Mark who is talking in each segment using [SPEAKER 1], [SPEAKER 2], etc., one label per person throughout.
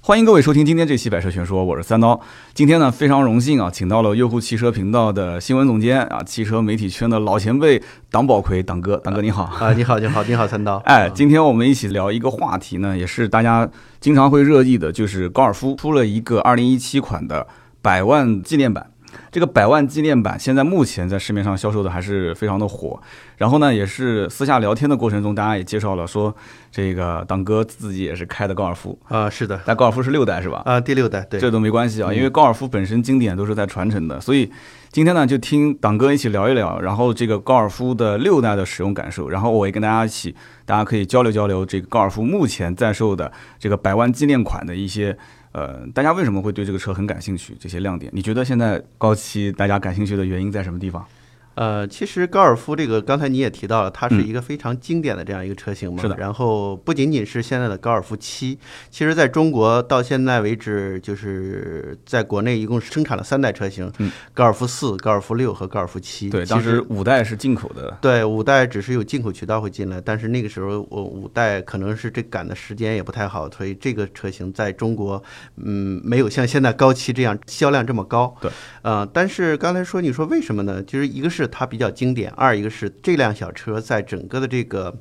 [SPEAKER 1] 欢迎各位收听今天这期《百车全说》，我是三刀。今天呢，非常荣幸啊，请到了优酷汽车频道的新闻总监啊，汽车媒体圈的老前辈党宝奎，党哥，党哥你好。
[SPEAKER 2] 啊，你好，你好，你好，三刀。
[SPEAKER 1] 哎，今天我们一起聊一个话题呢，也是大家经常会热议的，就是高尔夫出了一个2017款的百万纪念版。这个百万纪念版现在目前在市面上销售的还是非常的火，然后呢，也是私下聊天的过程中，大家也介绍了说，这个党哥自己也是开的高尔夫，
[SPEAKER 2] 啊，是的，
[SPEAKER 1] 但高尔夫是六代是吧？
[SPEAKER 2] 啊，第六代，对，嗯
[SPEAKER 1] 这都没关系啊，因为高尔夫本身经典都是在传承的，所以今天呢就听党哥一起聊一聊，然后这个高尔夫的六代的使用感受，然后我也跟大家一起，大家可以交流交流这个高尔夫目前在售的这个百万纪念款的一些。呃，大家为什么会对这个车很感兴趣？这些亮点，你觉得现在高七大家感兴趣的原因在什么地方？
[SPEAKER 2] 呃，其实高尔夫这个，刚才你也提到了，它是一个非常经典的这样一个车型嘛。
[SPEAKER 1] 嗯是的
[SPEAKER 2] 然后不仅仅是现在的高尔夫七，其实在中国到现在为止，就是在国内一共生产了三代车型，
[SPEAKER 1] 嗯
[SPEAKER 2] 高尔夫四、高尔夫六和高尔夫七。
[SPEAKER 1] 对，
[SPEAKER 2] 其
[SPEAKER 1] 当时
[SPEAKER 2] 实
[SPEAKER 1] 五代是进口的，
[SPEAKER 2] 对五代只是有进口渠道会进来，但是那个时候我五代可能是这赶的时间也不太好，所以这个车型在中国，嗯，没有像现在高七这样销量这么高。
[SPEAKER 1] 对，
[SPEAKER 2] 呃，但是刚才说你说为什么呢？就是一个是它比较经典，二一个是这辆小车在整个的这个，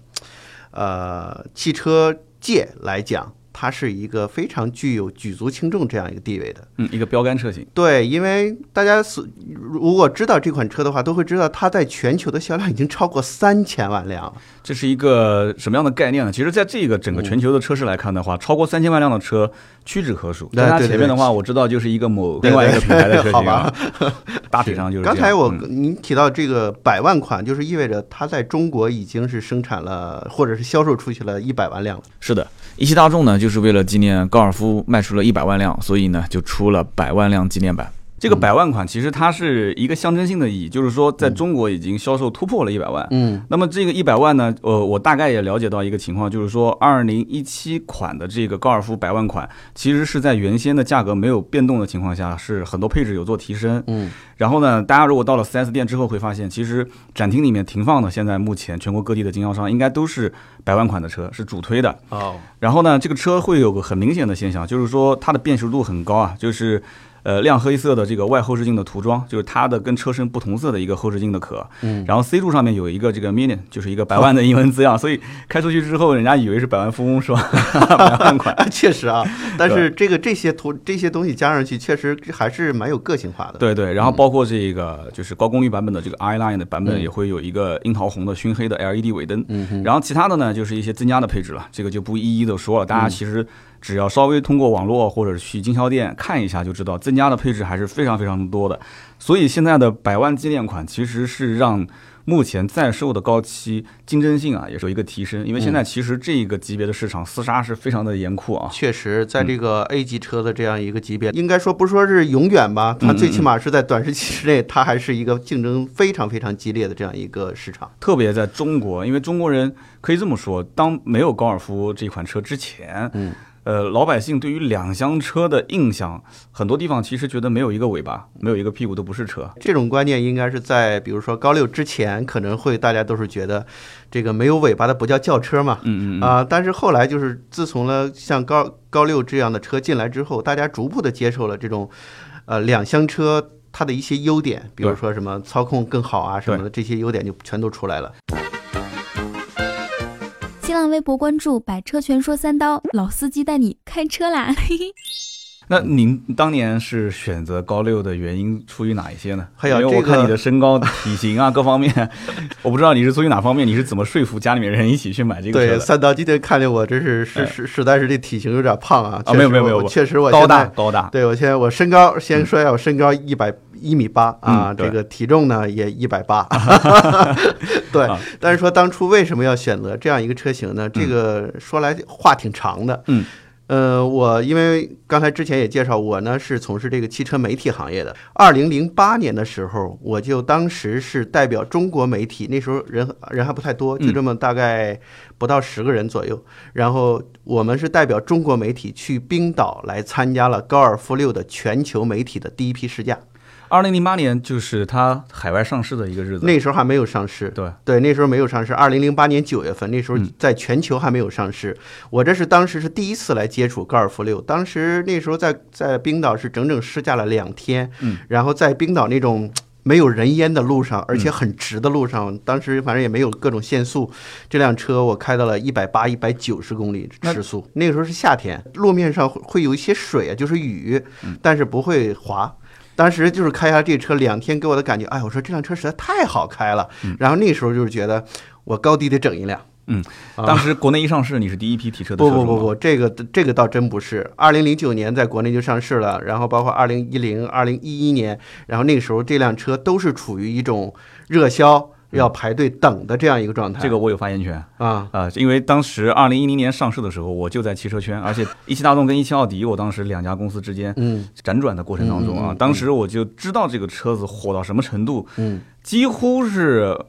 [SPEAKER 2] 呃，汽车界来讲，它是一个非常具有举足轻重这样一个地位的。
[SPEAKER 1] 嗯，一个标杆车型，
[SPEAKER 2] 对，因为大家所如果知道这款车的话，都会知道它在全球的销量已经超过三千万辆了。
[SPEAKER 1] 这是一个什么样的概念呢？其实，在这个整
[SPEAKER 2] 嗯
[SPEAKER 1] 个全球的车市来看的话，超过三千万辆的车屈指可数。
[SPEAKER 2] 对
[SPEAKER 1] 在它
[SPEAKER 2] 哎对对
[SPEAKER 1] 前面的话，我知道就是一个某
[SPEAKER 2] 对
[SPEAKER 1] 另外一个品牌的车
[SPEAKER 2] 好
[SPEAKER 1] 型啊， 大体上就是这样。
[SPEAKER 2] 刚才我
[SPEAKER 1] 嗯
[SPEAKER 2] 您提到这个百万款，就是意味着它在中国已经是生产了，或者是销售出去了一百万辆了。
[SPEAKER 1] 是的，
[SPEAKER 3] 一汽大众呢，就是为了纪念高尔夫卖出了一百万辆，所以呢就出了百万辆纪念版。
[SPEAKER 1] 这个百万款其实它是一个象征性的意义，就是说在中国已经销售突破了一百万。
[SPEAKER 2] 嗯，
[SPEAKER 1] 那么这个一百万呢？呃，我大概也了解到一个情况，就是说，二零一七款的这个高尔夫百万款，其实是在原先的价格没有变动的情况下，是很多配置有做提升。
[SPEAKER 2] 嗯，
[SPEAKER 1] 然后呢，大家如果到了 4S 店之后，会发现其实展厅里面停放的，现在目前全国各地的经销商应该都是百万款的车，是主推的。
[SPEAKER 2] 哦，
[SPEAKER 1] 然后呢，这个车会有个很明显的现象，就是说它的辨识度很高啊，就是呃亮黑色的这个外后视镜的涂装，就是它的跟车身不同色的一个后视镜的壳。
[SPEAKER 2] 嗯，
[SPEAKER 1] 然后 C 柱上面有一个这个 million，就是一个百万的英文字样，所以开出去之后，人家以为是百万富翁是吧？ 百万款。
[SPEAKER 2] 确 实啊，但是这个这些图这些东西加上去，确实还是蛮有个性化的。
[SPEAKER 1] 对对，然后包括这个就是高功率版本的这个 i line 的版本
[SPEAKER 2] 嗯
[SPEAKER 1] 也会有一个樱桃红的熏黑的 LED 尾灯，
[SPEAKER 2] 嗯哼，
[SPEAKER 1] 然后其他的呢，就是一些增加的配置了，这个就不一一的说了。
[SPEAKER 2] 嗯
[SPEAKER 1] 大家其实只要稍微通过网络或者去经销店看一下就知道，增加的配置还是非常非常多的。所以现在的百万纪念款其实是让目前在售的高七竞争性啊也是有一个提升，因为
[SPEAKER 2] 嗯
[SPEAKER 1] 现在其实这个级别的市场厮杀是非常的严酷啊。
[SPEAKER 2] 确实，在这个 A 级车的这样一个级别，应该说不说是永远吧，它
[SPEAKER 1] 嗯
[SPEAKER 2] 最起码是在短时期之内，它还是一个竞争非常非常激烈的这样一个市场。
[SPEAKER 1] 特别在中国，因为中国人可以这么说，当没有高尔夫这款车之前，
[SPEAKER 2] 嗯，
[SPEAKER 1] 呃，老百姓对于两厢车的印象，很多地方其实觉得没有一个尾巴，没有一个屁股都不是车。
[SPEAKER 2] 这种观念应该是在比如说高六之前，可能会大家都是觉得这个没有尾巴的不叫轿车嘛，
[SPEAKER 1] 嗯嗯
[SPEAKER 2] 啊、但是后来就是自从了像高高六这样的车进来之后，大家逐步的接受了这种呃两厢车。它的一些优点，比如
[SPEAKER 1] 对
[SPEAKER 2] 说什么操控更好啊，什么的，这些优点就全都出来了。
[SPEAKER 4] 新浪微博关注“百车全说三刀”，老司机带你开车啦！嘿嘿，
[SPEAKER 1] 那您当年是选择高六的原因出于哪一些呢？
[SPEAKER 2] 哎呀
[SPEAKER 1] 因为我
[SPEAKER 2] 这个
[SPEAKER 1] 看你的身高、体型啊各方面， 我不知道你是出于哪方面，你是怎么说服家里面人一起去买这个
[SPEAKER 2] 对，
[SPEAKER 1] 车的？
[SPEAKER 2] 三刀今天看见我，真是是
[SPEAKER 1] 哎
[SPEAKER 2] 是，实在是这体型有点胖啊！
[SPEAKER 1] 啊
[SPEAKER 2] 确
[SPEAKER 1] 没有
[SPEAKER 2] 实
[SPEAKER 1] 没有
[SPEAKER 2] 我
[SPEAKER 1] 没有我
[SPEAKER 2] 确实我
[SPEAKER 1] 高
[SPEAKER 2] 现在
[SPEAKER 1] 大嗯高大，
[SPEAKER 2] 对我现在我身高，先说一下，我身高一百一米八啊，
[SPEAKER 1] 嗯对
[SPEAKER 2] 这个体重呢也一百 八，对
[SPEAKER 1] 啊。
[SPEAKER 2] 但是说当初为什么要选择这样一个车型呢？这个说来话挺长的，
[SPEAKER 1] 嗯。
[SPEAKER 2] 呃，我因为刚才之前也介绍，我呢是从事这个汽车媒体行业的。二零零八年的时候，我就当时是代表中国媒体，那时候人人还不太
[SPEAKER 1] 嗯
[SPEAKER 2] 多，就这么大概不到十个人左右。然后我们是代表中国媒体去冰岛来参加了高尔夫六的全球媒体的第一批试驾。
[SPEAKER 1] 二零零八年就是它海外上市的一个日子。
[SPEAKER 2] 那时候还没有上市，
[SPEAKER 1] 对
[SPEAKER 2] 对，那时候没有上市。二零零八年九月份，那时候
[SPEAKER 1] 嗯
[SPEAKER 2] 在全球还没有上市。我这是当时是第一次来接触高尔夫六，当时那时候在在冰岛是整整试驾了两天，
[SPEAKER 1] 嗯，
[SPEAKER 2] 然后在冰岛那种。没有人烟的路上，而
[SPEAKER 1] 嗯
[SPEAKER 2] 且很直的路上，当时反正也没有各种限速，这辆车我开到了一百八、一百九十公里
[SPEAKER 1] 那
[SPEAKER 2] 时速。那个时候是夏天，路面上会会有一些水啊，就是雨，
[SPEAKER 1] 嗯
[SPEAKER 2] 但是不会滑。当时就是开下这车两天，给我的感觉，哎，我说这辆车实在太好开了。
[SPEAKER 1] 嗯
[SPEAKER 2] 然后那时候就是觉得，我高低得整一辆。啊
[SPEAKER 1] 当时国内一上市，你是第一批提车的
[SPEAKER 2] 不
[SPEAKER 1] 车主
[SPEAKER 2] 不不
[SPEAKER 1] 吗，
[SPEAKER 2] 不，这个这个倒真不是。二零零九年在国内就上市了，然后包括二零一零、二零一一年，然后那个时候这辆车都是处于一种热销要排队等的这样一个状态。
[SPEAKER 1] 这个我有发言权。
[SPEAKER 2] 啊，
[SPEAKER 1] 啊、因为当时二零一零年上市的时候，我就在汽车圈，而且一汽大众跟一汽奥迪，我当时两家公司之间
[SPEAKER 2] 嗯
[SPEAKER 1] 辗转的过程当中
[SPEAKER 2] 嗯
[SPEAKER 1] 啊，
[SPEAKER 2] 嗯嗯
[SPEAKER 1] 当时我就知道这个车子火到什么程度，
[SPEAKER 2] 嗯
[SPEAKER 1] 几乎是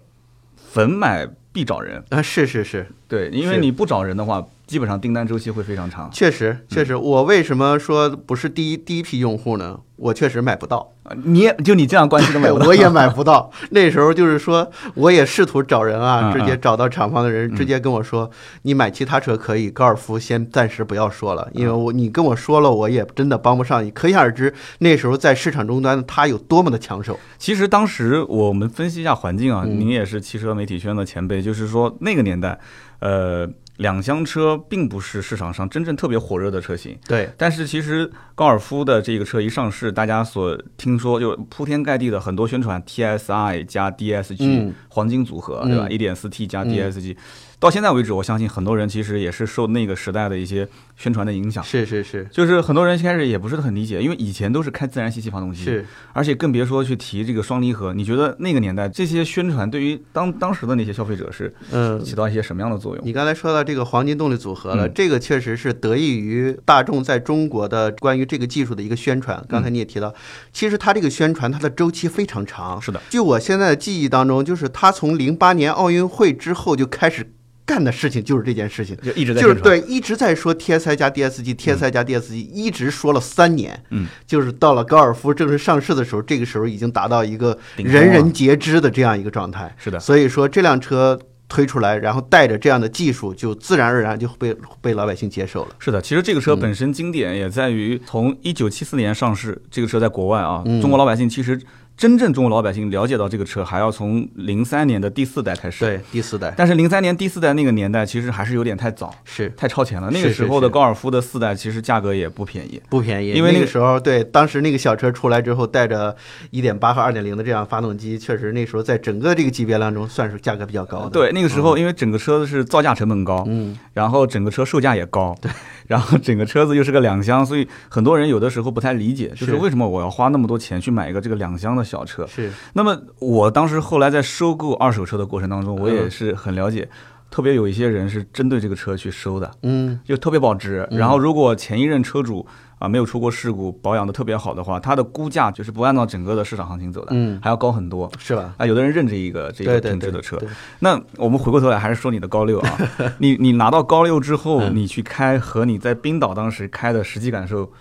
[SPEAKER 1] 逢买必找人。
[SPEAKER 2] 啊，是是是，
[SPEAKER 1] 对，因为
[SPEAKER 2] 是
[SPEAKER 1] 你不找人的话，基本上订单周期会非常长。
[SPEAKER 2] 确实确
[SPEAKER 1] 嗯
[SPEAKER 2] 实。我为什么说不是第一第一批用户呢？我确实买不到。
[SPEAKER 1] 呃你也就你这样关系都没
[SPEAKER 2] 对，
[SPEAKER 1] 有的，
[SPEAKER 2] 哎我也买不到。那时候就是说，我也试图找人啊，
[SPEAKER 1] 嗯
[SPEAKER 2] 直接
[SPEAKER 1] 嗯
[SPEAKER 2] 找到厂房的人，直接跟我说，你买其他车可以，高尔夫先暂时不要说了，
[SPEAKER 1] 嗯
[SPEAKER 2] 因为我你跟我说了，我也真的帮不上你。可想而知，那时候在市场终端它有多么的抢手。
[SPEAKER 1] 其实当时我们分析一下环境啊，
[SPEAKER 2] 嗯
[SPEAKER 1] 您也是汽车媒体圈的前辈，就是说那个年代，呃，两厢车并不是市场上真正特别火热的车型。
[SPEAKER 2] 对，
[SPEAKER 1] 但是其实高尔夫的这个车一上市，大家所听说就铺天盖地的很多宣传，TSI 加 DSG、
[SPEAKER 2] 嗯
[SPEAKER 1] 黄金组合，
[SPEAKER 2] 嗯
[SPEAKER 1] 对吧？一点四 T 加
[SPEAKER 2] 嗯
[SPEAKER 1] DSG，、到现在为止，我相信很多人其实也是受那个时代的一些宣传的影响，
[SPEAKER 2] 是是是
[SPEAKER 1] 就是很多人开始也不是很理解，因为以前都是开自然吸气发动机，
[SPEAKER 2] 是，
[SPEAKER 1] 而且更别说去提这个双离合。你觉得那个年代这些宣传对于当当时的那些消费者是
[SPEAKER 2] 嗯。
[SPEAKER 1] 起到一些什么样的作用？
[SPEAKER 2] 你刚才说到这个黄金动力组合了，
[SPEAKER 1] 嗯
[SPEAKER 2] 这个确实是得益于大众在中国的关于这个技术的一个宣
[SPEAKER 1] 嗯
[SPEAKER 2] 传。刚才你也提到，其实它这个宣传它的周期非常长，
[SPEAKER 1] 是的，
[SPEAKER 2] 据我现在的记忆当中，就是他从零八年奥运会之后就开始干的事情就是这件事情，
[SPEAKER 1] 就一直在
[SPEAKER 2] 就
[SPEAKER 1] 宣传。
[SPEAKER 2] 是对一直在说 TSI 加 DSG，TSI 加 DSG，一直说了三年，
[SPEAKER 1] 嗯，
[SPEAKER 2] 就是到了高尔夫正式上市的时候，这个时候已经达到一个
[SPEAKER 1] 顶峰啊
[SPEAKER 2] 人人皆知的这样一个状态，
[SPEAKER 1] 是的
[SPEAKER 2] 所以说这辆车。推出来，然后带着这样的技术，就自然而然就被被老百姓接受了。
[SPEAKER 1] 是的，其实这个车
[SPEAKER 2] 嗯
[SPEAKER 1] 本身经典也在于从一九七四年上市，这个车在国外啊，
[SPEAKER 2] 嗯
[SPEAKER 1] 中国老百姓其实真正中国老百姓了解到这个车，还要从零三年的第四代开始。，
[SPEAKER 2] 对，第四代
[SPEAKER 1] 但是零三年第四代那个年代其实还是有点太早，
[SPEAKER 2] 是
[SPEAKER 1] 太超前了。那个
[SPEAKER 2] 是是
[SPEAKER 1] 时候的
[SPEAKER 2] 是
[SPEAKER 1] 高尔夫的四代其实价格也不便宜。
[SPEAKER 2] 不便宜，
[SPEAKER 1] 因为
[SPEAKER 2] 那
[SPEAKER 1] 那个
[SPEAKER 2] 个时候对当时那个小车出来之后，带着1.8和2.0的这样发动机，确实那时候在整个这个级别当中算是价格比较高的。
[SPEAKER 1] 对，那个时候因为整个车是造价成本高，
[SPEAKER 2] 嗯，
[SPEAKER 1] 然后整个车售价也高，对， 然后整个车子又是个两厢，所以很多人有的时候不太理解，就是
[SPEAKER 2] 是
[SPEAKER 1] 为什么我要花那么多钱去买一个这个两厢的小车？
[SPEAKER 2] 是
[SPEAKER 1] 那么我当时后来在收购二手车的过程当中，我
[SPEAKER 2] 嗯
[SPEAKER 1] 也是很了解，特别有一些人是针对这个车去收的，
[SPEAKER 2] 嗯
[SPEAKER 1] 就特别保值。
[SPEAKER 2] 嗯
[SPEAKER 1] 然后如果前一任车主啊没有出过事故，保养的特别好的话，它的估价就是不按照整个的市场行情走的，
[SPEAKER 2] 嗯
[SPEAKER 1] 还要高很多。
[SPEAKER 2] 是吧？
[SPEAKER 1] 啊，有的人认这一个这
[SPEAKER 2] 对
[SPEAKER 1] 个
[SPEAKER 2] 对
[SPEAKER 1] 品
[SPEAKER 2] 对
[SPEAKER 1] 质的车，
[SPEAKER 2] 对
[SPEAKER 1] 那我们回过头来还是说你的高六 啊，你你拿到高六之后，
[SPEAKER 2] 嗯
[SPEAKER 1] 你去开和你在冰岛当时开的实际感受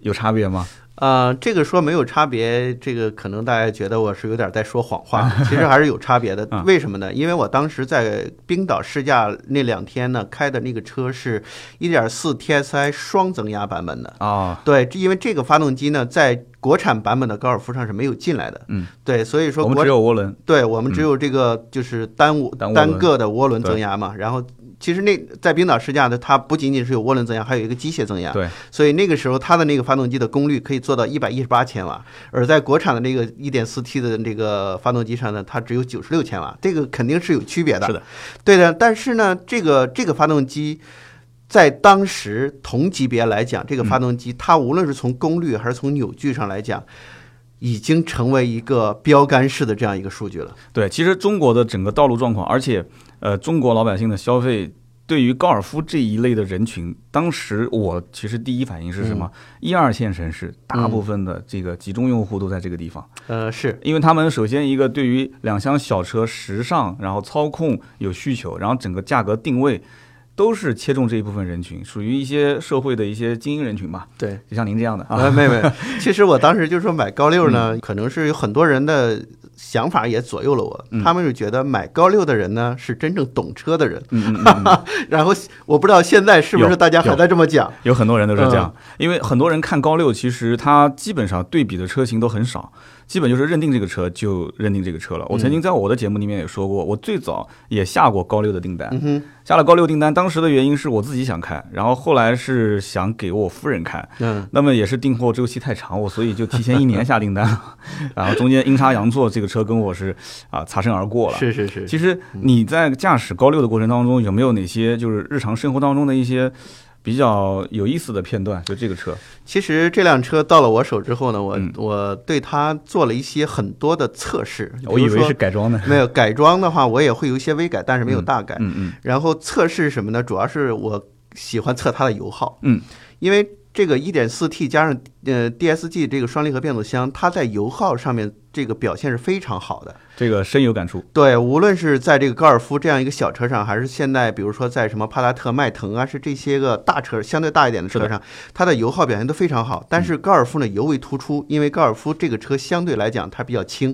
[SPEAKER 1] 有差别吗？
[SPEAKER 2] 啊、这个说没有差别，这个可能大家觉得我是有点在说谎话，啊其实还是有差 别的。
[SPEAKER 1] 嗯
[SPEAKER 2] 为什么呢？因为我当时在冰岛试驾那两天呢，开的那个车是1.4 TSI 双增压版本的。
[SPEAKER 1] 啊，
[SPEAKER 2] 对，这因为这个发动机呢，在国产版本的高尔夫上是没有进来的。
[SPEAKER 1] 嗯，
[SPEAKER 2] 对，所以说
[SPEAKER 1] 我
[SPEAKER 2] 国
[SPEAKER 1] 们只有涡轮，
[SPEAKER 2] 对我们只有这个就是单涡
[SPEAKER 1] 单涡轮
[SPEAKER 2] 单个的涡轮
[SPEAKER 1] 对
[SPEAKER 2] 增压嘛，然后其实那在冰岛试驾的，它不仅仅是有涡轮增压，还有一个机械增压。
[SPEAKER 1] 对，
[SPEAKER 2] 所以那个时候它的那个发动机的功率可以做到一百一十八千瓦，而在国产的那个一点四 T 的这个发动机上呢，它只有九十六千瓦，这个肯定是有区别的。
[SPEAKER 1] 是的，
[SPEAKER 2] 对的。但是呢，这个这个发动机。在当时同级别来讲，这个发动机它无论是从功率还是从扭矩上来讲，已经成为一个标杆式的这样一个数据了。
[SPEAKER 1] 对，其实中国的整个道路状况，而且呃，中国老百姓的消费对于高尔夫这一类的人群，当时我其实第一反应是什么？一二线城市大部分的这个集中用户都在这个地方，
[SPEAKER 2] 呃，是
[SPEAKER 1] 因为他们首先一个对于两厢小车时尚，然后操控有需求，然后整个价格定位。都是切中这一部分人群，属于一些社会的一些精英人群吧，
[SPEAKER 2] 对，
[SPEAKER 1] 就像您这样的啊。嗯
[SPEAKER 2] 啊，妹妹， 其实我当时就说买高六呢，可能是有很多人的想法也左右了我。
[SPEAKER 1] 嗯
[SPEAKER 2] 他们就觉得买高六的人呢是真正懂车的人，
[SPEAKER 1] 嗯嗯嗯，嗯
[SPEAKER 2] 然后我不知道现在是不
[SPEAKER 1] 有
[SPEAKER 2] 是大家还
[SPEAKER 1] 有
[SPEAKER 2] 在这么讲。
[SPEAKER 1] 有很多人都是这样，因为很多人看高六，其实它基本上对比的车型都很少，基本就是认定这个车就认定这个车了。我曾经在我的节目里面也说过，我最早也下过高六的订单，
[SPEAKER 2] 嗯哼，
[SPEAKER 1] 下了高六订单，当时的原因是我自己想开，然后后来是想给我夫人开，
[SPEAKER 2] 嗯，
[SPEAKER 1] 那么也是订货周期太长，我所以就提前一年下订单，然后中间阴差阳错，这个车跟我是啊擦身而过了。
[SPEAKER 2] 是是是，
[SPEAKER 1] 其实你在驾驶高六的过程当中，有没有哪些就是日常生活当中的一些比较有意思的片段？就这个车，
[SPEAKER 2] 其实这辆车到了我手之后呢，我
[SPEAKER 1] 嗯
[SPEAKER 2] 我对它做了一些很多的测试，比
[SPEAKER 1] 我以
[SPEAKER 2] 如
[SPEAKER 1] 为
[SPEAKER 2] 说
[SPEAKER 1] 是改装的。
[SPEAKER 2] 没有改装的话，我也会有一些微改，但是没有大改。
[SPEAKER 1] 嗯嗯
[SPEAKER 2] 然后测试什么呢？主要是我喜欢测它的油耗，
[SPEAKER 1] 嗯，
[SPEAKER 2] 因为这个 1.4T 加上呃 DSG 这个双离合变速箱，它在油耗上面这个表现是非常好的。
[SPEAKER 1] 这个深有感触。
[SPEAKER 2] 对，无论是在这个高尔夫这样一个小车上，还是现在比如说在什么帕萨特、迈腾啊，是这些个大车相对大一点的车上，它的油耗表现都非常好。但是高尔夫呢尤为突出，因为高尔夫这个车相对来讲它比较轻，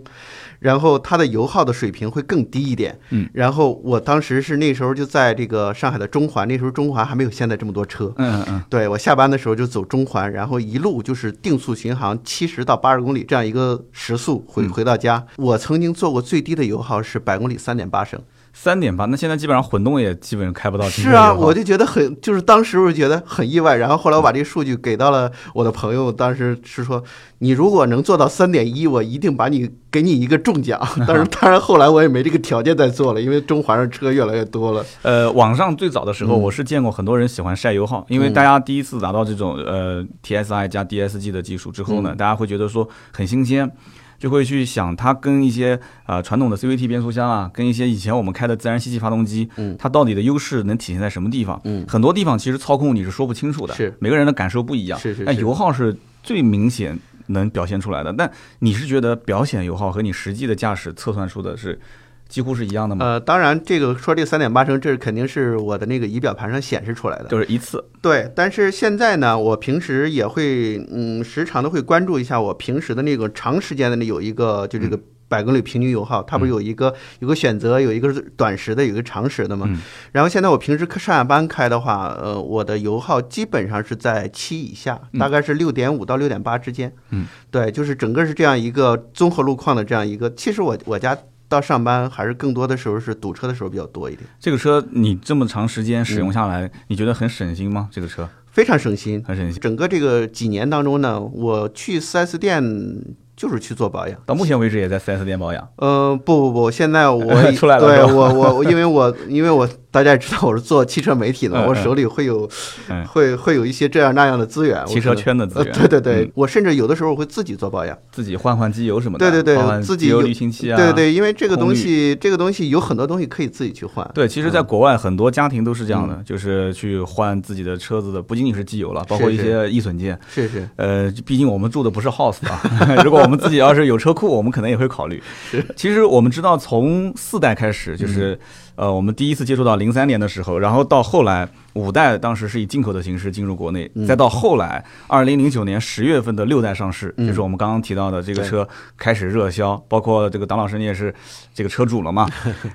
[SPEAKER 2] 然后它的油耗的水平会更低一点。
[SPEAKER 1] 嗯，
[SPEAKER 2] 然后我当时是那时候就在这个上海的中环，那时候中环还没有现在这么多车。
[SPEAKER 1] 嗯嗯嗯，
[SPEAKER 2] 对我下班的时候就走中环，然后一路就是定速巡航，七十到八十公里这样一个时速回
[SPEAKER 1] 嗯
[SPEAKER 2] 回到家。我曾经做过最低的油耗是百公里三点八升，
[SPEAKER 1] 三点八，那现在基本上混动也基本开不到。
[SPEAKER 2] 是啊，我就觉得很就是当时我就觉得很意外，然后后来我把这个数据给到了我的朋友，当时是说你如果能做到三点一，我一定把你给你一个中 奖。但是 当然后来我也没这个条件再做了，因为中环上车越来越多了。
[SPEAKER 1] 呃，网上最早的时候，
[SPEAKER 2] 嗯
[SPEAKER 1] 我是见过很多人喜欢晒油耗，因为
[SPEAKER 2] 嗯
[SPEAKER 1] 大家第一次拿到这种呃 TSI 加 DSG 的技术之后呢，
[SPEAKER 2] 嗯
[SPEAKER 1] 大家会觉得说很新鲜。就会去想它跟一些呃传统的 CVT 变速箱啊，跟一些以前我们开的自然吸气发动机，
[SPEAKER 2] 嗯
[SPEAKER 1] 它到底的优势能体现在什么地方？
[SPEAKER 2] 嗯
[SPEAKER 1] 很多地方其实操控你是说不清楚的，
[SPEAKER 2] 是
[SPEAKER 1] 每个人的感受不一样。
[SPEAKER 2] 是是
[SPEAKER 1] 那
[SPEAKER 2] 是
[SPEAKER 1] 油耗是最明显能表现出来的。但你是觉得表显油耗和你实际的驾驶测算出的是几乎是一样的吗？
[SPEAKER 2] 呃，当然这个说这三点八升，这肯定是我的那个仪表盘上显示出来的。
[SPEAKER 1] 就是一次，
[SPEAKER 2] 对，但是现在呢，我平时也会，嗯，时常的会关注一下我平时的那个长时间的那有一个就这
[SPEAKER 1] 嗯
[SPEAKER 2] 个百公里平均油耗，它不是有一个有个选择，有一个是短时的，有一个长时的嘛。
[SPEAKER 1] 嗯
[SPEAKER 2] 然后现在我平时上下班开的话，呃，我的油耗基本上是在七以下，大概是六点五到六点八之间。
[SPEAKER 1] 嗯，
[SPEAKER 2] 对，就是整个是这样一个综合路况的这样一个。其实我我家到上班还是更多的时候是堵车的时候比较多一点。
[SPEAKER 1] 这个车你这么长时间使用下来，你觉得很省心吗？这个车
[SPEAKER 2] 非常省心，
[SPEAKER 1] 很省心。
[SPEAKER 2] 整个这个几年当中呢，我去 4S 店就是去做保养。
[SPEAKER 1] 到目前为止也在 4S 店保养，
[SPEAKER 2] 呃，不不不，现 在我
[SPEAKER 1] 出来了是
[SPEAKER 2] 对
[SPEAKER 1] 吧
[SPEAKER 2] 我我我因为我因为我大家也知道我是做汽车媒体
[SPEAKER 1] 嗯
[SPEAKER 2] 的，
[SPEAKER 1] 嗯
[SPEAKER 2] 我手里会有
[SPEAKER 1] 嗯
[SPEAKER 2] 会会有一些这样那样的资源，我
[SPEAKER 1] 汽车
[SPEAKER 2] 可能
[SPEAKER 1] 圈的资
[SPEAKER 2] 呃
[SPEAKER 1] 源，
[SPEAKER 2] 对对对
[SPEAKER 1] 嗯，
[SPEAKER 2] 我甚至有的时候我会自己做保养。
[SPEAKER 1] 自己换换机油什么的，
[SPEAKER 2] 对对对
[SPEAKER 1] 换换
[SPEAKER 2] 自己
[SPEAKER 1] 机油
[SPEAKER 2] 有
[SPEAKER 1] 滤清器
[SPEAKER 2] 对
[SPEAKER 1] 啊，
[SPEAKER 2] 对对，因为这个
[SPEAKER 1] 空
[SPEAKER 2] 东西这个东西有很多东西可以自己去换。
[SPEAKER 1] 对，其实，在国外很多家庭都是这样的，就是去换自己的车子的，不仅仅是机油了，包括一
[SPEAKER 2] 嗯是
[SPEAKER 1] 些易损件。
[SPEAKER 2] 是是，
[SPEAKER 1] 呃，毕竟我们住的不是 house 啊， 如果我们自己要是有车库，我们可能也会考虑。其实我们知道，从四代开始，
[SPEAKER 2] 嗯
[SPEAKER 1] 就是、呃，我们第一次接触到零三年的时候，然后到后来五代，当时是以进口的形式进入国内，
[SPEAKER 2] 嗯
[SPEAKER 1] 再到后来二零零九年十月份的六代上市，就是我们刚刚提到的这个
[SPEAKER 2] 嗯对
[SPEAKER 1] 车开始热销，包括这个党老师你也是这个车主 了嘛，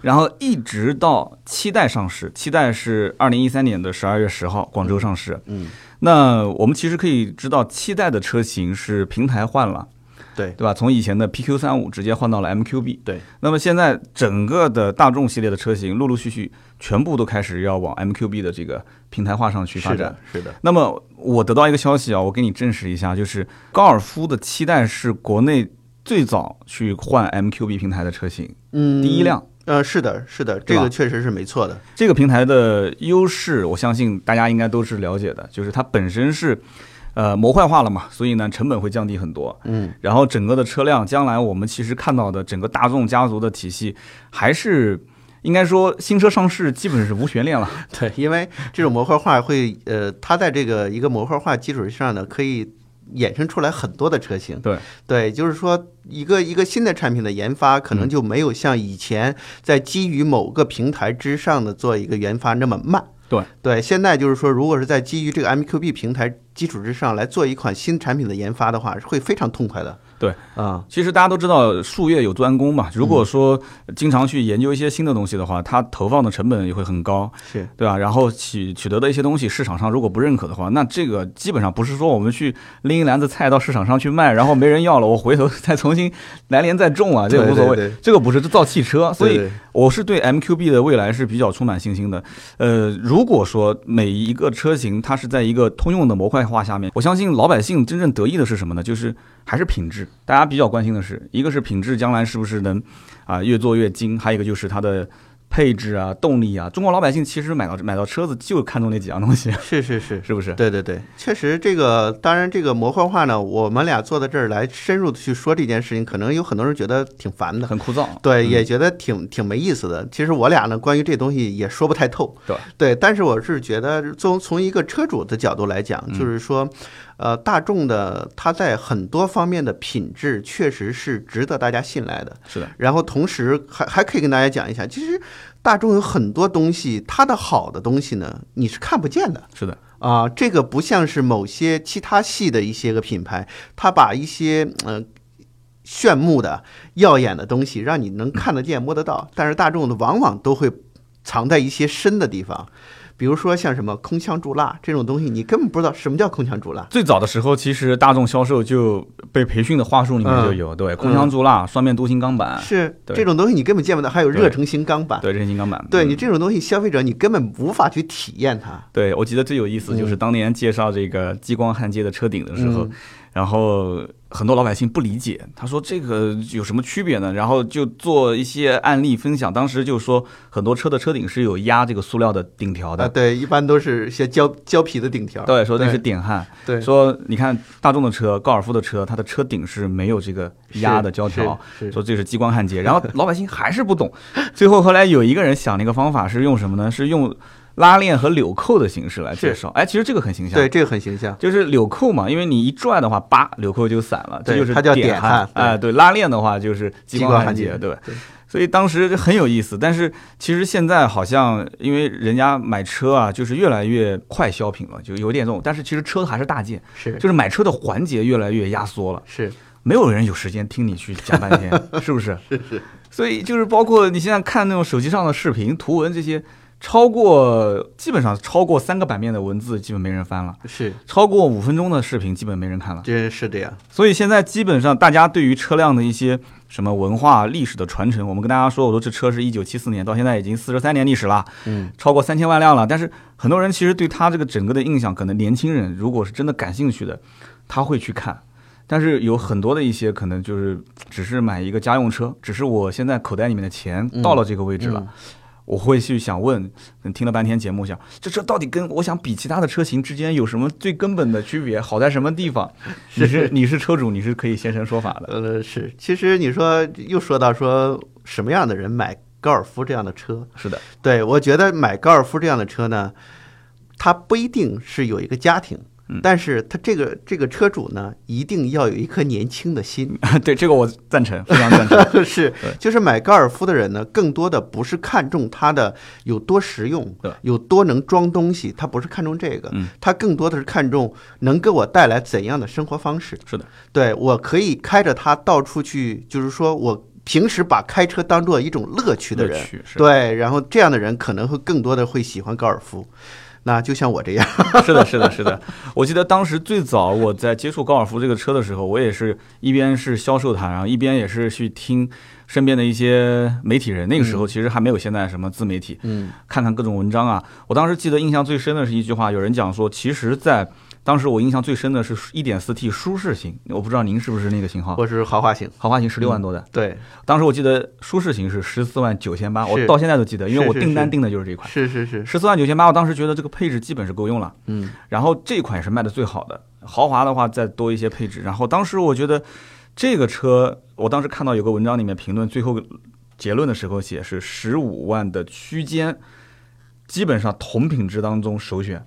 [SPEAKER 1] 然后一直到七代上市，七代是二零一三年的十二月十号广州上市，
[SPEAKER 2] 嗯，
[SPEAKER 1] 那我们其实可以知道，七代的车型是平台换了，
[SPEAKER 2] 对
[SPEAKER 1] 对吧？从以前的 PQ 三五直接换到了 MQB。
[SPEAKER 2] 对，
[SPEAKER 1] 那么现在整个的大众系列的车型，陆陆续续全部都开始要往 MQB 的这个平台化上去发
[SPEAKER 2] 是
[SPEAKER 1] 展
[SPEAKER 2] 的。，是的，
[SPEAKER 1] 那么我得到一个消息啊，我给你证实一下，就是高尔夫的七代是国内最早去换 MQB 平台的车型，
[SPEAKER 2] 嗯，
[SPEAKER 1] 第一辆。
[SPEAKER 2] 呃，是的，是的，这
[SPEAKER 1] 吧
[SPEAKER 2] 个确实是没错的。
[SPEAKER 1] 这个平台的优势，我相信大家应该都是了解的，就是它本身是，呃，模块化了嘛，所以呢，成本会降低很多。
[SPEAKER 2] 嗯，
[SPEAKER 1] 然后整个的车辆，将来我们其实看到的整个大众家族的体系，还是应该说新车上市基本是无悬念了。
[SPEAKER 2] 对，因为这种模块化会，呃，它在这个一个模块化基础之上呢，可以衍生出来很多的车型。
[SPEAKER 1] 对，
[SPEAKER 2] 对，就是说一个一个新的产品的研发，可能就没有像以前在基于某个平台之上的做一个研发那么慢。
[SPEAKER 1] 对
[SPEAKER 2] 对，现在就是说，如果是在基于这个 MQB 平台基础之上来做一款新产品的研发的话，会非常痛快的。
[SPEAKER 1] 对
[SPEAKER 2] 啊，
[SPEAKER 1] 其实大家都知道，术业有专攻嘛。如果说经常去研究一些新的东西的话，它投放的成本也会很高，
[SPEAKER 2] 是
[SPEAKER 1] 对吧？然后取取得的一些东西，市场上如果不认可的话，那这个基本上不是说我们去拎一篮子菜到市场上去卖，然后没人要了，我回头 再重新来年再种啊，这个无所谓。
[SPEAKER 2] 对对对
[SPEAKER 1] 这个不是，这造汽车，所以
[SPEAKER 2] 对
[SPEAKER 1] 我是对 MQB 的未来是比较充满信心的。呃，如果说每一个车型它是在一个通用的模块化下面，我相信老百姓真正得益的是什么呢？就是还是品质。大家比较关心的是，一个是品质将来是不是能啊、越做越精，还有一个就是它的配置啊、动力啊。中国老百姓其实买到买到车子就看中那几样东西，
[SPEAKER 2] 是是是，
[SPEAKER 1] 是不是？
[SPEAKER 2] 对对对，确实这个，当然这个模块化呢，我们俩坐在这儿来深入的去说这件事情，可能有很多人觉得挺烦的。
[SPEAKER 1] 很枯燥。
[SPEAKER 2] 对，
[SPEAKER 1] 嗯
[SPEAKER 2] 也觉得挺挺没意思的。其实我俩呢，关于这东西也说不太透。
[SPEAKER 1] 对
[SPEAKER 2] 但是我是觉得从从一个车主的角度来讲，就是说，呃，大众的它在很多方面的品质确实是值得大家信赖的。
[SPEAKER 1] 是的，
[SPEAKER 2] 然后同时还还可以跟大家讲一下，其实大众有很多东西，它的好的东西呢，你是看不见的。
[SPEAKER 1] 是的，
[SPEAKER 2] 啊，这个不像是某些其他系的一些个品牌，它把一些嗯、呃炫目的、耀眼的东西让你能看得见、摸得到，但是大众的往往都会藏在一些深的地方，比如说像什么空腔注蜡这种东西，你根本不知道什么叫空腔注蜡。
[SPEAKER 1] 最早的时候，其实大众销售就被培训的话术里面就有，对，空腔注蜡、双面镀锌钢板，
[SPEAKER 2] 嗯是
[SPEAKER 1] 啊对
[SPEAKER 2] 这种东西你根本见不到，还有热
[SPEAKER 1] 对
[SPEAKER 2] 成型钢板，
[SPEAKER 1] 对，这是金刚版。
[SPEAKER 2] 对
[SPEAKER 1] 嗯
[SPEAKER 2] 你这种东西，消费者你根本无法去体验它。
[SPEAKER 1] 对我记得最有意思就是当年介绍这个激光焊接的车顶的时候，
[SPEAKER 2] 嗯
[SPEAKER 1] 然后很多老百姓不理解，他说这个有什么区别呢？然后就做一些案例分享，当时就说很多车的车顶是有压这个塑料的顶条
[SPEAKER 2] 啊，
[SPEAKER 1] 的。
[SPEAKER 2] 对，一般都是些胶胶皮的顶条。
[SPEAKER 1] 对，说那是点焊。
[SPEAKER 2] 对，
[SPEAKER 1] 说你看大众的车、高尔夫的车，它的车顶是没有这个压的胶条，
[SPEAKER 2] 是是
[SPEAKER 1] 说这是激光焊 接，然后老百姓还是不懂。最后后来有一个人想了一个方法，是用什么呢？是用拉链和纽扣的形式来介
[SPEAKER 2] 是
[SPEAKER 1] 绍。哎，其实这个很形象。
[SPEAKER 2] 对，这个很形象。
[SPEAKER 1] 就是纽扣嘛，因为你一拽的话，叭，纽扣就散了，这
[SPEAKER 2] 对
[SPEAKER 1] 就是
[SPEAKER 2] 它叫点
[SPEAKER 1] 焊
[SPEAKER 2] 焊。
[SPEAKER 1] 哎、对，拉链的话就是激
[SPEAKER 2] 激光
[SPEAKER 1] 焊
[SPEAKER 2] 焊
[SPEAKER 1] 接，
[SPEAKER 2] 接
[SPEAKER 1] 对吧
[SPEAKER 2] 对
[SPEAKER 1] 所以当时就很有意思，但是其实现在好像因为人家买车啊，就是越来越快消品了，就有点这种。但是其实车还是大件，
[SPEAKER 2] 是
[SPEAKER 1] 就是买车的环节越来越压缩了，
[SPEAKER 2] 是
[SPEAKER 1] 没有人有时间听你去讲半 天，是不是？是是。所以就是包括你现在看那种手机上的视频、图文这些，超过基本上超过三个版面的文字，基本没人翻了。
[SPEAKER 2] 是，
[SPEAKER 1] 超过五分钟的视频基本没人看了，
[SPEAKER 2] 这是这样。
[SPEAKER 1] 所以现在基本上大家对于车辆的一些什么文化历史的传承，我们跟大家说，我说这车是一九七四年到现在已经四十三年历史了，
[SPEAKER 2] 嗯，
[SPEAKER 1] 超过三千万辆了。但是很多人其实对它这个整个的印象，可能年轻人如果是真的感兴趣的，他会去看。但是有很多的一些可能就是只是买一个家用车，只是我现在口袋里面的钱
[SPEAKER 2] 嗯
[SPEAKER 1] 到了这个位置了，我会去想问，嗯听了半天节目想，这车到底跟我想比其他的车型之间有什么最根本的区别，好在什么地 方？你是你是车主，你是可以现身说法的。
[SPEAKER 2] 呃，是，其实你说又说到说什么样的人买高尔夫这样的车？
[SPEAKER 1] 是的，
[SPEAKER 2] 对我觉得买高尔夫这样的车呢，他不一定是有一个家庭，
[SPEAKER 1] 嗯
[SPEAKER 2] 但是他这个这个车主呢，一定要有一颗年轻的心。
[SPEAKER 1] 对这个我赞成，非常 赞成。
[SPEAKER 2] 是
[SPEAKER 1] 对，
[SPEAKER 2] 就是买高尔夫的人呢，更多的不是看重它的有多实用
[SPEAKER 1] 对，
[SPEAKER 2] 有多能装东西，他不是看重这个
[SPEAKER 1] 嗯，
[SPEAKER 2] 他更多的是看重能给我带来怎样的生活方式。
[SPEAKER 1] 是的，
[SPEAKER 2] 对我可以开着它到处去，就是说我平时把开车当做一种乐趣的
[SPEAKER 1] 乐
[SPEAKER 2] 人，
[SPEAKER 1] 趣是
[SPEAKER 2] 对，然后这样的人可能会更多的会喜欢高尔夫。那就像我这样，
[SPEAKER 1] 是的，是的，是的。我记得当时最早我在接触高尔夫这个车的时候，我也是一边是销售它，然后一边也是去听身边的一些媒体人。那个时候其实还没有现在什么自媒体，
[SPEAKER 2] 嗯，
[SPEAKER 1] 看看各种文章啊。我当时记得印象最深的是一句话，有人讲说，其实，在当时我印象最深的是一点四 T 舒适型，我不知道您是不是那个型号，
[SPEAKER 2] 我是豪华型，
[SPEAKER 1] 豪华型十六万多的。
[SPEAKER 2] 对，
[SPEAKER 1] 当时我记得舒适型是十四万九千八，我
[SPEAKER 2] 是
[SPEAKER 1] 到现在都记得，因为
[SPEAKER 2] 是
[SPEAKER 1] 我
[SPEAKER 2] 是
[SPEAKER 1] 订单
[SPEAKER 2] 是
[SPEAKER 1] 订的就是这一款。
[SPEAKER 2] 是是是，
[SPEAKER 1] 十四万九千八，我当时觉得这个配置基本是够用了。
[SPEAKER 2] 嗯，
[SPEAKER 1] 然后这款是卖的最好的，豪华的话再多一些配置。然后当时我觉得这个车，我当时看到有个文章里面评论，最后结论的时候写是十五万的区间，基本上同品质当中首选。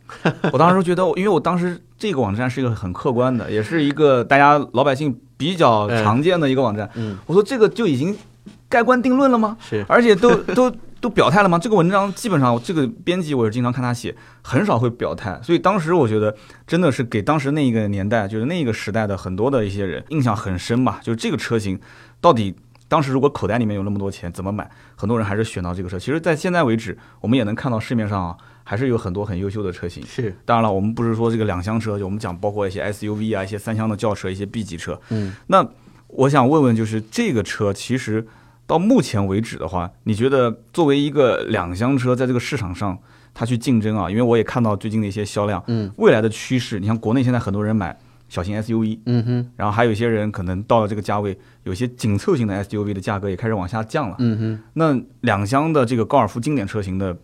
[SPEAKER 1] 我当时觉得，因为我当时这个网站是一个很客观的，也是一个大家老百姓比较常见的一个网站。
[SPEAKER 2] 嗯，
[SPEAKER 1] 我说这个就已经盖棺定论了吗？
[SPEAKER 2] 是
[SPEAKER 1] 而且都都都表态了吗？这个文章基本上，这个编辑我是经常看他写，很少会表态，所以当时我觉得真的是给当时那个年代，就是那个时代的很多的一些人印象很深吧。就是这个车型到底当时如果口袋里面有那么多钱，怎么买？很多人还是选到这个车。其实，在现在为止，我们也能看到市面上、啊、还是有很多很优秀的车型。
[SPEAKER 2] 是，
[SPEAKER 1] 当然了，我们不是说这个两厢车，就我们讲包括一些 SUV 啊、一些三厢的轿车、一些 B 级车。
[SPEAKER 2] 嗯，
[SPEAKER 1] 那我想问问，就是这个车其实到目前为止的话，你觉得作为一个两厢车，在这个市场上它去竞争啊？因为我也看到最近的一些销量，
[SPEAKER 2] 嗯，
[SPEAKER 1] 未来的趋势，你像国内现在很多人买小型 SUV，
[SPEAKER 2] 嗯哼，
[SPEAKER 1] 然后还有一些人可能到了这个价位，有些紧凑型的 SUV 的价格也开始往下降了。
[SPEAKER 2] 嗯哼。
[SPEAKER 1] 那两厢的这个高尔夫经典车型的，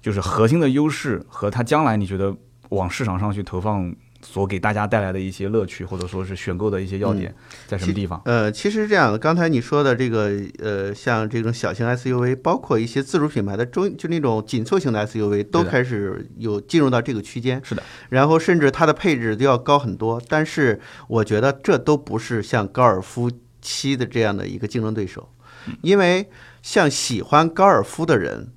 [SPEAKER 1] 就是核心的优势和它将来你觉得往市场上去投放所给大家带来的一些乐趣，或者说是选购的一些
[SPEAKER 2] 嗯
[SPEAKER 1] 要点，在什么地方？
[SPEAKER 2] 呃，其实是这样的，刚才你说的这个，呃，像这种小型 SUV，包括一些自主品牌的中，就那种紧凑型的 SUV，都
[SPEAKER 1] 的
[SPEAKER 2] 开始有进入到这个区间。
[SPEAKER 1] 是的，
[SPEAKER 2] 然后甚至它的配置都要高很多，但是我觉得这都不是像高尔夫七的这样的一个竞争对手，
[SPEAKER 1] 嗯
[SPEAKER 2] 因为像喜欢高尔夫的人。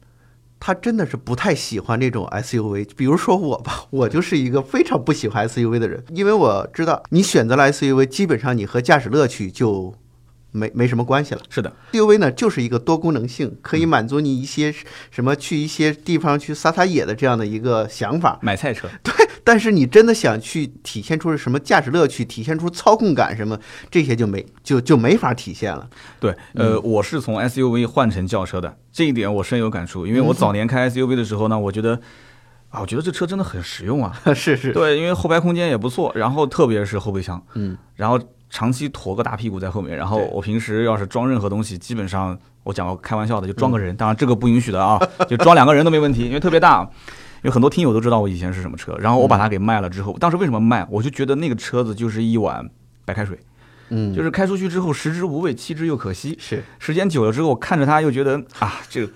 [SPEAKER 2] 他真的是不太喜欢这种 SUV，比如说我吧，我就是一个非常不喜欢 SUV 的人，因为我知道你选择了 SUV，基本上你和驾驶乐趣就没没什么关系了。
[SPEAKER 1] 是的，
[SPEAKER 2] SUV 呢，就是一个多功能性，可以满足你一些什么去一些地方去撒撒野的这样的一个想法，
[SPEAKER 1] 买菜车
[SPEAKER 2] 但是你真的想去体现出什么驾驶乐趣，体现出操控感什么，这些就没就就没法体现了。
[SPEAKER 1] 对，呃，我是从 SUV 换成轿车的，这一点我深有感触，因为我早年开 SUV 的时候呢，我觉得。啊，我觉得这车真的很实用啊！
[SPEAKER 2] 是 是，
[SPEAKER 1] 对，因为后排空间也不错，然后特别是后备箱，
[SPEAKER 2] 嗯，
[SPEAKER 1] 然后长期驮个大屁股在后面，然后
[SPEAKER 2] 对
[SPEAKER 1] 我平时要是装任何东西，基本上我讲过开玩笑的，就装个人，当然这个不允许的啊，就装两个人都没问题，因为特别大。有很多听友都知道我以前是什么车，然后我把它给卖了之后，当时为什么卖？我就觉得那个车子就是一碗白开水，
[SPEAKER 2] 嗯，
[SPEAKER 1] 就是开出去之后食之无味，弃之又可惜。
[SPEAKER 2] 是
[SPEAKER 1] 时间久了之后，我看着它又觉得啊，这个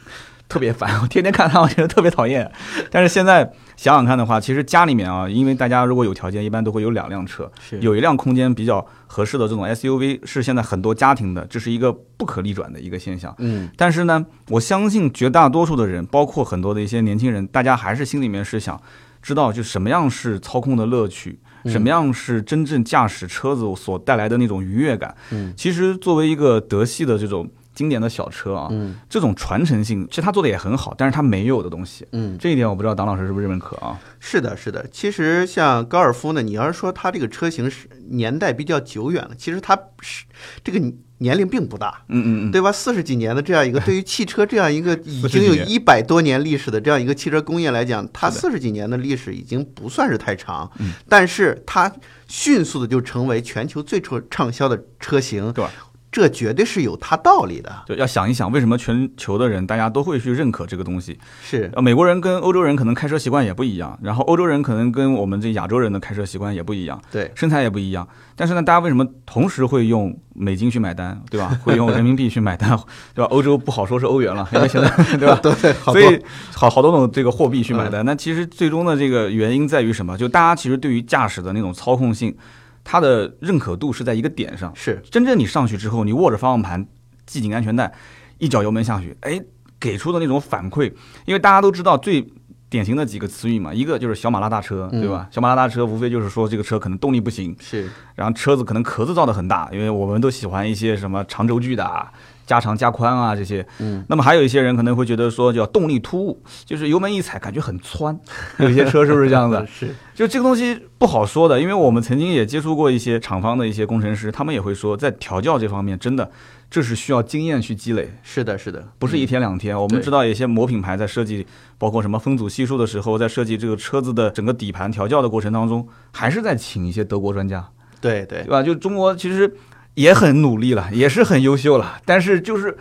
[SPEAKER 1] 特别烦， 我天天看它，我觉得特别讨厌。但是现在想想看的话，其实家里面啊，因为大家如果有条件，一般都会有两辆车，
[SPEAKER 2] 是
[SPEAKER 1] 有一辆空间比较合适的这种 SUV 是现在很多家庭的，这是一个不可逆转的一个现象。
[SPEAKER 2] 嗯
[SPEAKER 1] 但是呢，我相信绝大多数的人，包括很多的一些年轻人，大家还是心里面是想知道，就什么样是操控的乐趣，
[SPEAKER 2] 嗯
[SPEAKER 1] 什么样是真正驾驶车子所带来的那种愉悦感。
[SPEAKER 2] 嗯
[SPEAKER 1] 其实作为一个德系的这种经典的小车啊，
[SPEAKER 2] 嗯
[SPEAKER 1] 这种传承性，其实它做的也很好，但是它没有的东西，
[SPEAKER 2] 嗯，
[SPEAKER 1] 这一点我不知道党老师是不是认可啊？
[SPEAKER 2] 是的，是的。其实像高尔夫呢，你要是说它这个车型是年代比较久远了，其实它是这个年龄并不大，
[SPEAKER 1] 嗯嗯嗯，
[SPEAKER 2] 对吧？四十几年的这样一个，对于汽车这样一个已经有
[SPEAKER 1] 40几年
[SPEAKER 2] 一百多年历史的这样一个汽车工业来讲，它
[SPEAKER 1] 是嗯
[SPEAKER 2] 四十几年的历史已经不算是太长，但是它迅速的就成为全球最畅畅销的车型，
[SPEAKER 1] 对吧
[SPEAKER 2] 这绝对是有它道理的，
[SPEAKER 1] 就要想一想，为什么全球的人大家都会去认可这个东西？
[SPEAKER 2] 是
[SPEAKER 1] 呃，美国人跟欧洲人可能开车习惯也不一样，然后欧洲人可能跟我们这亚洲人的开车习惯也不一样，
[SPEAKER 2] 对，
[SPEAKER 1] 身材也不一样。但是呢，大家为什么同时会用美金去买 单，对吧？会用人民币去买单， 对吧？欧洲不好说是欧 元了，因为现在对吧？
[SPEAKER 2] 对，好
[SPEAKER 1] 所
[SPEAKER 2] 多嗯
[SPEAKER 1] 以好好多种这个货币去买单。那其实最终的这个原因在于什么？就大家其实对于驾驶的那种操控性，它的认可度是在一个点上。
[SPEAKER 2] 是
[SPEAKER 1] 真正你上去之后，你握着方向盘，系紧安全带，一脚油门下去，哎，给出的那种反馈，因为大家都知道最。典型的几个词语嘛，一个就是小马拉大车，对吧？小马拉大车无非就是说这个车可能动力不行，
[SPEAKER 2] 是，
[SPEAKER 1] 然后车子可能壳子造的很大，因为我们都喜欢一些什么长轴距的、啊、加长加宽啊这些。
[SPEAKER 2] 嗯，
[SPEAKER 1] 那么还有一些人可能会觉得说叫动力突兀，就是油门一踩感觉很窜，有一些车是不是这样的？
[SPEAKER 2] 是
[SPEAKER 1] 就这个东西不好说的，因为我们曾经也接触过一些厂方的一些工程师，他们也会说，在调教这方面，真的这是需要经验去积累，
[SPEAKER 2] 是的，是的，嗯
[SPEAKER 1] 不是一天两天。我们
[SPEAKER 2] 对
[SPEAKER 1] 知道，有些某品牌在设计，包括什么分组系数的时候，在设计这个车子的整个底盘调教的过程当中，还是在请一些德国专家，
[SPEAKER 2] 对对
[SPEAKER 1] 对。吧？就中国其实也很努力了，也是很优秀了，但是就是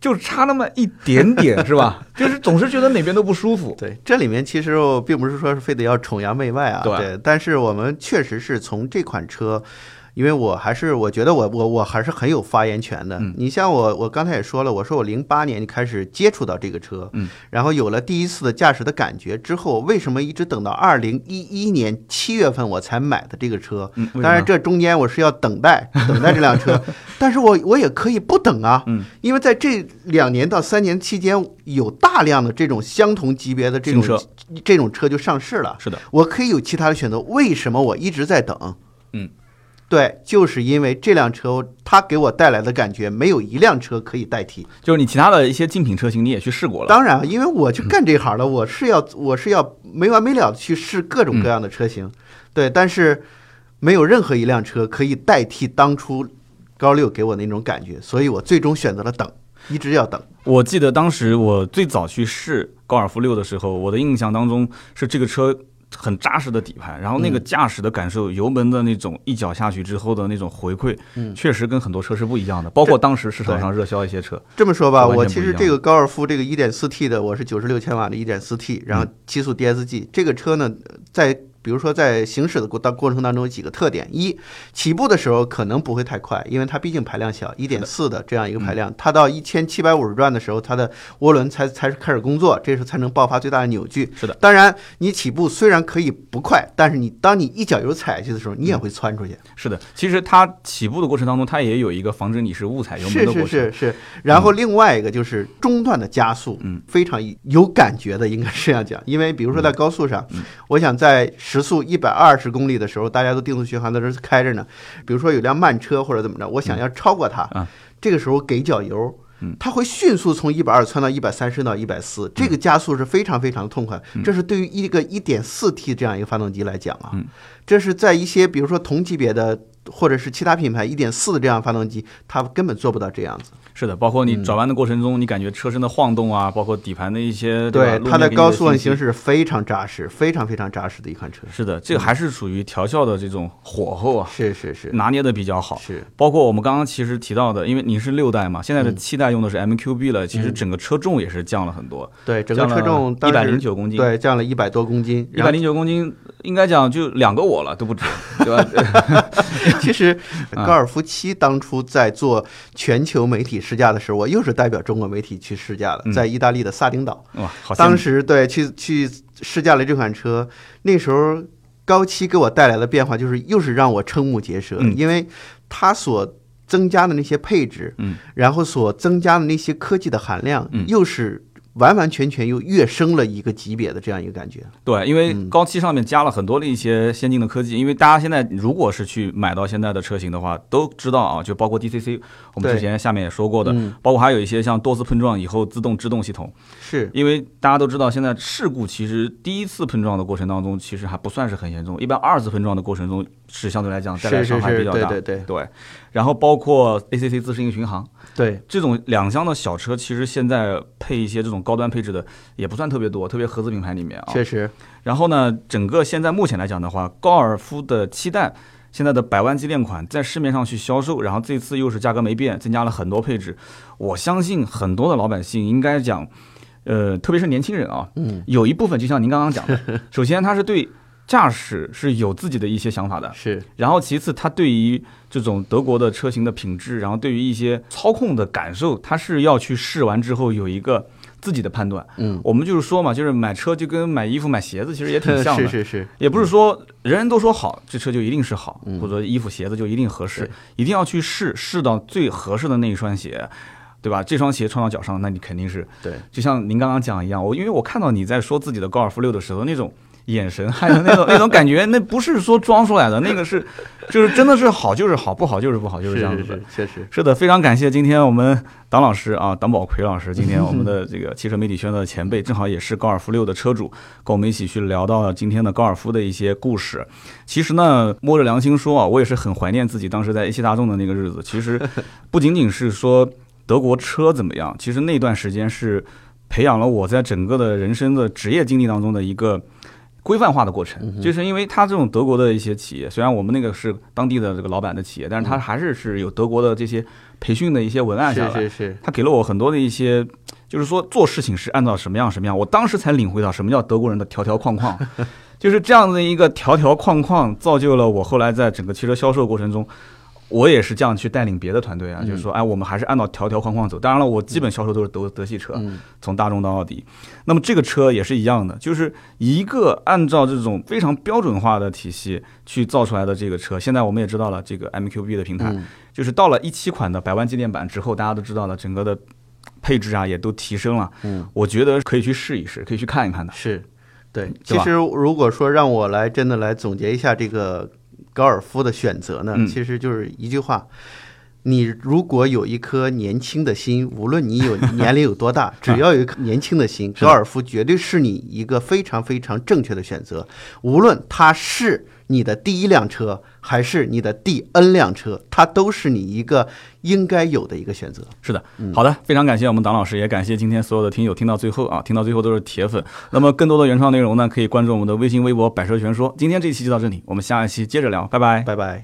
[SPEAKER 1] 就差那么一点点，是吧？就是总是觉得哪边都不舒服。
[SPEAKER 2] 对，这里面其实我并不是说是非得要崇洋媚外啊，
[SPEAKER 1] 对
[SPEAKER 2] 但是我们确实是从这款车。因为我还是我觉得我我我还是很有发言权的。
[SPEAKER 1] 嗯
[SPEAKER 2] 你像我，我刚才也说了，我说我零八年就开始接触到这个车，
[SPEAKER 1] 嗯，
[SPEAKER 2] 然后有了第一次的驾驶的感觉之后，为什么一直等到二零一一年七月份我才买的这个车？
[SPEAKER 1] 嗯，为什
[SPEAKER 2] 当然，
[SPEAKER 1] 么，
[SPEAKER 2] 这中间我是要等待等待这 辆车，但是我我也可以不等啊，
[SPEAKER 1] 嗯，
[SPEAKER 2] 因为在这两年到三年期间，有大量的这种相同级别的这种
[SPEAKER 1] 新车
[SPEAKER 2] 这种车就上市了，
[SPEAKER 1] 是的，
[SPEAKER 2] 我可以有其他的选择，为什么我一直在等？
[SPEAKER 1] 嗯，
[SPEAKER 2] 对，就是因为这辆车它给我带来的感觉，没有一辆车可以代替。
[SPEAKER 1] 就是你其他的一些竞品车型你也去试过了，
[SPEAKER 2] 当然，因为我去干这行了，我是要我是要没完没了的去试各种各样的车型，对，但是没有任何一辆车可以代替当初高六给我那种感觉，所以我最终选择了等，一直要等。
[SPEAKER 1] 我记得当时我最早去试高尔夫六的时候，我的印象当中是这个车很扎实的底盘，然后
[SPEAKER 2] 嗯
[SPEAKER 1] 那个驾驶的感受，油门的那种一脚下去之后的那种回馈，
[SPEAKER 2] 嗯
[SPEAKER 1] 确实跟很多车是不一样的。包括当时市场上热销一些车，
[SPEAKER 2] 这么说吧，
[SPEAKER 1] 完全不
[SPEAKER 2] 我
[SPEAKER 1] 一样
[SPEAKER 2] 其实这个高尔夫这个一点四 T 的，我是九十六千瓦的一点四 T，然后
[SPEAKER 1] 嗯
[SPEAKER 2] 七速 DSG、这个车呢，在比如说在行驶的过当过程当中有几个特点：一，起步的时候可能不会太快，因为它毕竟排量小，一点四的这样
[SPEAKER 1] 嗯
[SPEAKER 2] 一个排量，它到一千七百五十转的时候，它的涡轮才才开始工作，这时候才能爆发最大的扭矩。
[SPEAKER 1] 是的，
[SPEAKER 2] 当然你起步虽然可以不快，但是你当你一脚油踩下去的时候，你也会窜出去。
[SPEAKER 1] 是的。其实它起步的过程当中，它也有一个防止你是误踩油门
[SPEAKER 2] 是
[SPEAKER 1] 的过
[SPEAKER 2] 是
[SPEAKER 1] 程。
[SPEAKER 2] 是是，然后另外一个就是中段的加速，
[SPEAKER 1] 嗯，
[SPEAKER 2] 非常有感觉的，应该是这样讲。因为比如说在高速上，
[SPEAKER 1] 嗯
[SPEAKER 2] 我想在时速一百二十公里的时候，大家都定速巡航在这开着呢，比如说有辆慢车或者怎么着，我想要超过它，
[SPEAKER 1] 嗯啊嗯
[SPEAKER 2] 这个时候给脚油。它会迅速从一百二窜到一百三，甚至到一百四，这个
[SPEAKER 1] 嗯
[SPEAKER 2] 加速是非常非常痛快。这是对于一个一点四 T 这样一个发动机来讲啊，这是在一些比如说同级别的或者是其他品牌一点四的这样发动机，它根本做不到这样子。
[SPEAKER 1] 是的，包括
[SPEAKER 2] 嗯
[SPEAKER 1] 你转弯的过程中，你感觉车身的晃动啊，包括底盘的一些吧路面
[SPEAKER 2] 它在
[SPEAKER 1] 给你
[SPEAKER 2] 高速上
[SPEAKER 1] 信息嗯
[SPEAKER 2] 行驶非常扎实，非常非常扎实的一款车。
[SPEAKER 1] 是的，这个还是属于调校的这种火候啊，
[SPEAKER 2] 是是是
[SPEAKER 1] 拿捏的比较好。
[SPEAKER 2] 是，
[SPEAKER 1] 包括我们刚刚其实提到的，因为你是六代嘛，现
[SPEAKER 2] 嗯
[SPEAKER 1] 在的七代用的是 MQB 了，其实整个车重也是降了很多，
[SPEAKER 2] 对嗯整个车重
[SPEAKER 1] 一
[SPEAKER 2] 当
[SPEAKER 1] 百
[SPEAKER 2] 时
[SPEAKER 1] 零九公斤，，
[SPEAKER 2] 对降了一百多公斤，
[SPEAKER 1] 一百
[SPEAKER 2] 然后
[SPEAKER 1] 零九公斤，应该讲就两个我了都不 止，对吧？
[SPEAKER 2] 其实
[SPEAKER 1] 嗯
[SPEAKER 2] 高尔夫七当初在做全球媒体试驾的时候，我又是代表中国媒体去试驾的，
[SPEAKER 1] 嗯
[SPEAKER 2] 在意大利的萨丁岛。
[SPEAKER 1] 哇，好羡慕
[SPEAKER 2] 当时对去去试驾了这款车，那时候高七给我带来的变化就是又是让我瞠目结舌，
[SPEAKER 1] 嗯
[SPEAKER 2] 因为它所增加的那些配置，
[SPEAKER 1] 嗯，
[SPEAKER 2] 然后所增加的那些科技的含量，
[SPEAKER 1] 嗯
[SPEAKER 2] 又是完完全全又跃升了一个级别的这样一个感觉。
[SPEAKER 1] 对，因为
[SPEAKER 2] 嗯
[SPEAKER 1] 高七上面加了很多的一些先进的科技，因为大家现在如果是去买到现在的车型的话，都知道啊，就包括 DCC，我们
[SPEAKER 2] 对
[SPEAKER 1] 之前下面也说过的
[SPEAKER 2] 嗯，
[SPEAKER 1] 包括还有一些像多次碰撞以后自动制动系统，
[SPEAKER 2] 是
[SPEAKER 1] 因为大家都知道，现在事故其实第一次碰撞的过程当中，其实还不算是很严重，一般二次碰撞的过程中是相对来讲带来
[SPEAKER 2] 是
[SPEAKER 1] 伤
[SPEAKER 2] 是
[SPEAKER 1] 害比
[SPEAKER 2] 是，
[SPEAKER 1] 较
[SPEAKER 2] 对
[SPEAKER 1] 大。
[SPEAKER 2] 对对
[SPEAKER 1] 对然后包括 ACC 自适应巡航
[SPEAKER 2] 对，
[SPEAKER 1] 这种两厢的小车，其实现在配一些这种高端配置的也不算特别多，特别合资品牌里面啊。
[SPEAKER 2] 确实
[SPEAKER 1] 然后呢，整个现在目前来讲的话，高尔夫的七代现在的百万级链款在市面上去销售，然后这次又是价格没变，增加了很多配置。我相信很多的老百姓应该讲，呃，特别是年轻人啊，
[SPEAKER 2] 嗯，
[SPEAKER 1] 有一部分就像您刚刚讲的，首先他是对驾驶是有自己的一些想法的，
[SPEAKER 2] 是
[SPEAKER 1] 然后其次他对于这种德国的车型的品质，然后对于一些操控的感受，他是要去试完之后有一个自己的判断。
[SPEAKER 2] 嗯，
[SPEAKER 1] 我们就是说嘛，就是买车就跟买衣服、买鞋子其实也挺像的，
[SPEAKER 2] 是是是，
[SPEAKER 1] 也不是说人人都说好，这车就一定是好，
[SPEAKER 2] 嗯
[SPEAKER 1] 或者衣服、鞋子就一定合适
[SPEAKER 2] 对，
[SPEAKER 1] 一定要去试，试到最合适的那一双鞋，对吧？这双鞋穿到脚上，那你肯定是
[SPEAKER 2] 对。
[SPEAKER 1] 就像您刚刚讲一样，我因为我看到你在说自己的高尔夫六的时候，那种眼神还有那种 那种感觉，那不是说装出来的，那个是就是真的是好就是好，不好就是不好，就是是这样子
[SPEAKER 2] 是
[SPEAKER 1] 的。
[SPEAKER 2] 是，确实，
[SPEAKER 1] 是的，非常感谢今天我们党老师啊，党宝奎老师，今天我们的这个汽车媒体圈的前辈，正好也是高尔夫六的车主，跟我们一起去聊到今天的高尔夫的一些故事。其实呢，摸着良心说啊，我也是很怀念自己当时在一汽大众的那个日子。其实不仅仅是说德国车怎么样，其实那段时间是培养了我在整个的人生的职业经历当中的一个。规范化的过
[SPEAKER 2] 嗯
[SPEAKER 1] 程，就是因为它这种德国的一些企业，虽然我们那个是当地的这个老板的企业，但是它还是是有德国的这些培训的一些文案下
[SPEAKER 2] 是
[SPEAKER 1] 来
[SPEAKER 2] 是，是，
[SPEAKER 1] 他给了我很多的一些，就是说做事情是按照什么样什么样，我当时才领会到什么叫德国人的条条框框。就是这样的一个条条框框，造就了我后来在整个汽车销售过程中，我也是这样去带领别的团队啊，就是说，哎，我们还是按照条条框框走。当然了，我基本销售都是德德系车，
[SPEAKER 2] 嗯
[SPEAKER 1] 从大众到奥迪。那么这个车也是一样的，就是一个按照这种非常标准化的体系去造出来的这个车。现在我们也知道了，这个 MQB 的平台，
[SPEAKER 2] 嗯
[SPEAKER 1] 就是到了一七款的百万纪念版之后，大家都知道了，整个的配置啊也都提升了。
[SPEAKER 2] 嗯，
[SPEAKER 1] 我觉得可以去试一试，可以去看一看的。
[SPEAKER 2] 是，对。
[SPEAKER 1] 对
[SPEAKER 2] 嗯其
[SPEAKER 1] 吧
[SPEAKER 2] 实如果说让我来真的来总结一下这个高尔夫的选择呢，
[SPEAKER 1] 嗯
[SPEAKER 2] 其实就是一句话。你如果有一颗年轻的心，无论你有 年龄有多大，只要有一颗年轻的心，
[SPEAKER 1] 是
[SPEAKER 2] 高尔夫绝对是你一个非常非常正确的选择。无论它是你的第一辆车，还是你的第 N 辆车，它都是你一个应该有的一个选择。
[SPEAKER 1] 是的，
[SPEAKER 2] 嗯
[SPEAKER 1] 好的，非常感谢我们党老师，也感谢今天所有的听友听到最后啊，听到最后都是铁粉。那么更多的原创内容呢，可以关注我们的微信、微博“百车全说”。今天这一期就到这里，我们下一期接着聊，拜拜。
[SPEAKER 2] 拜拜。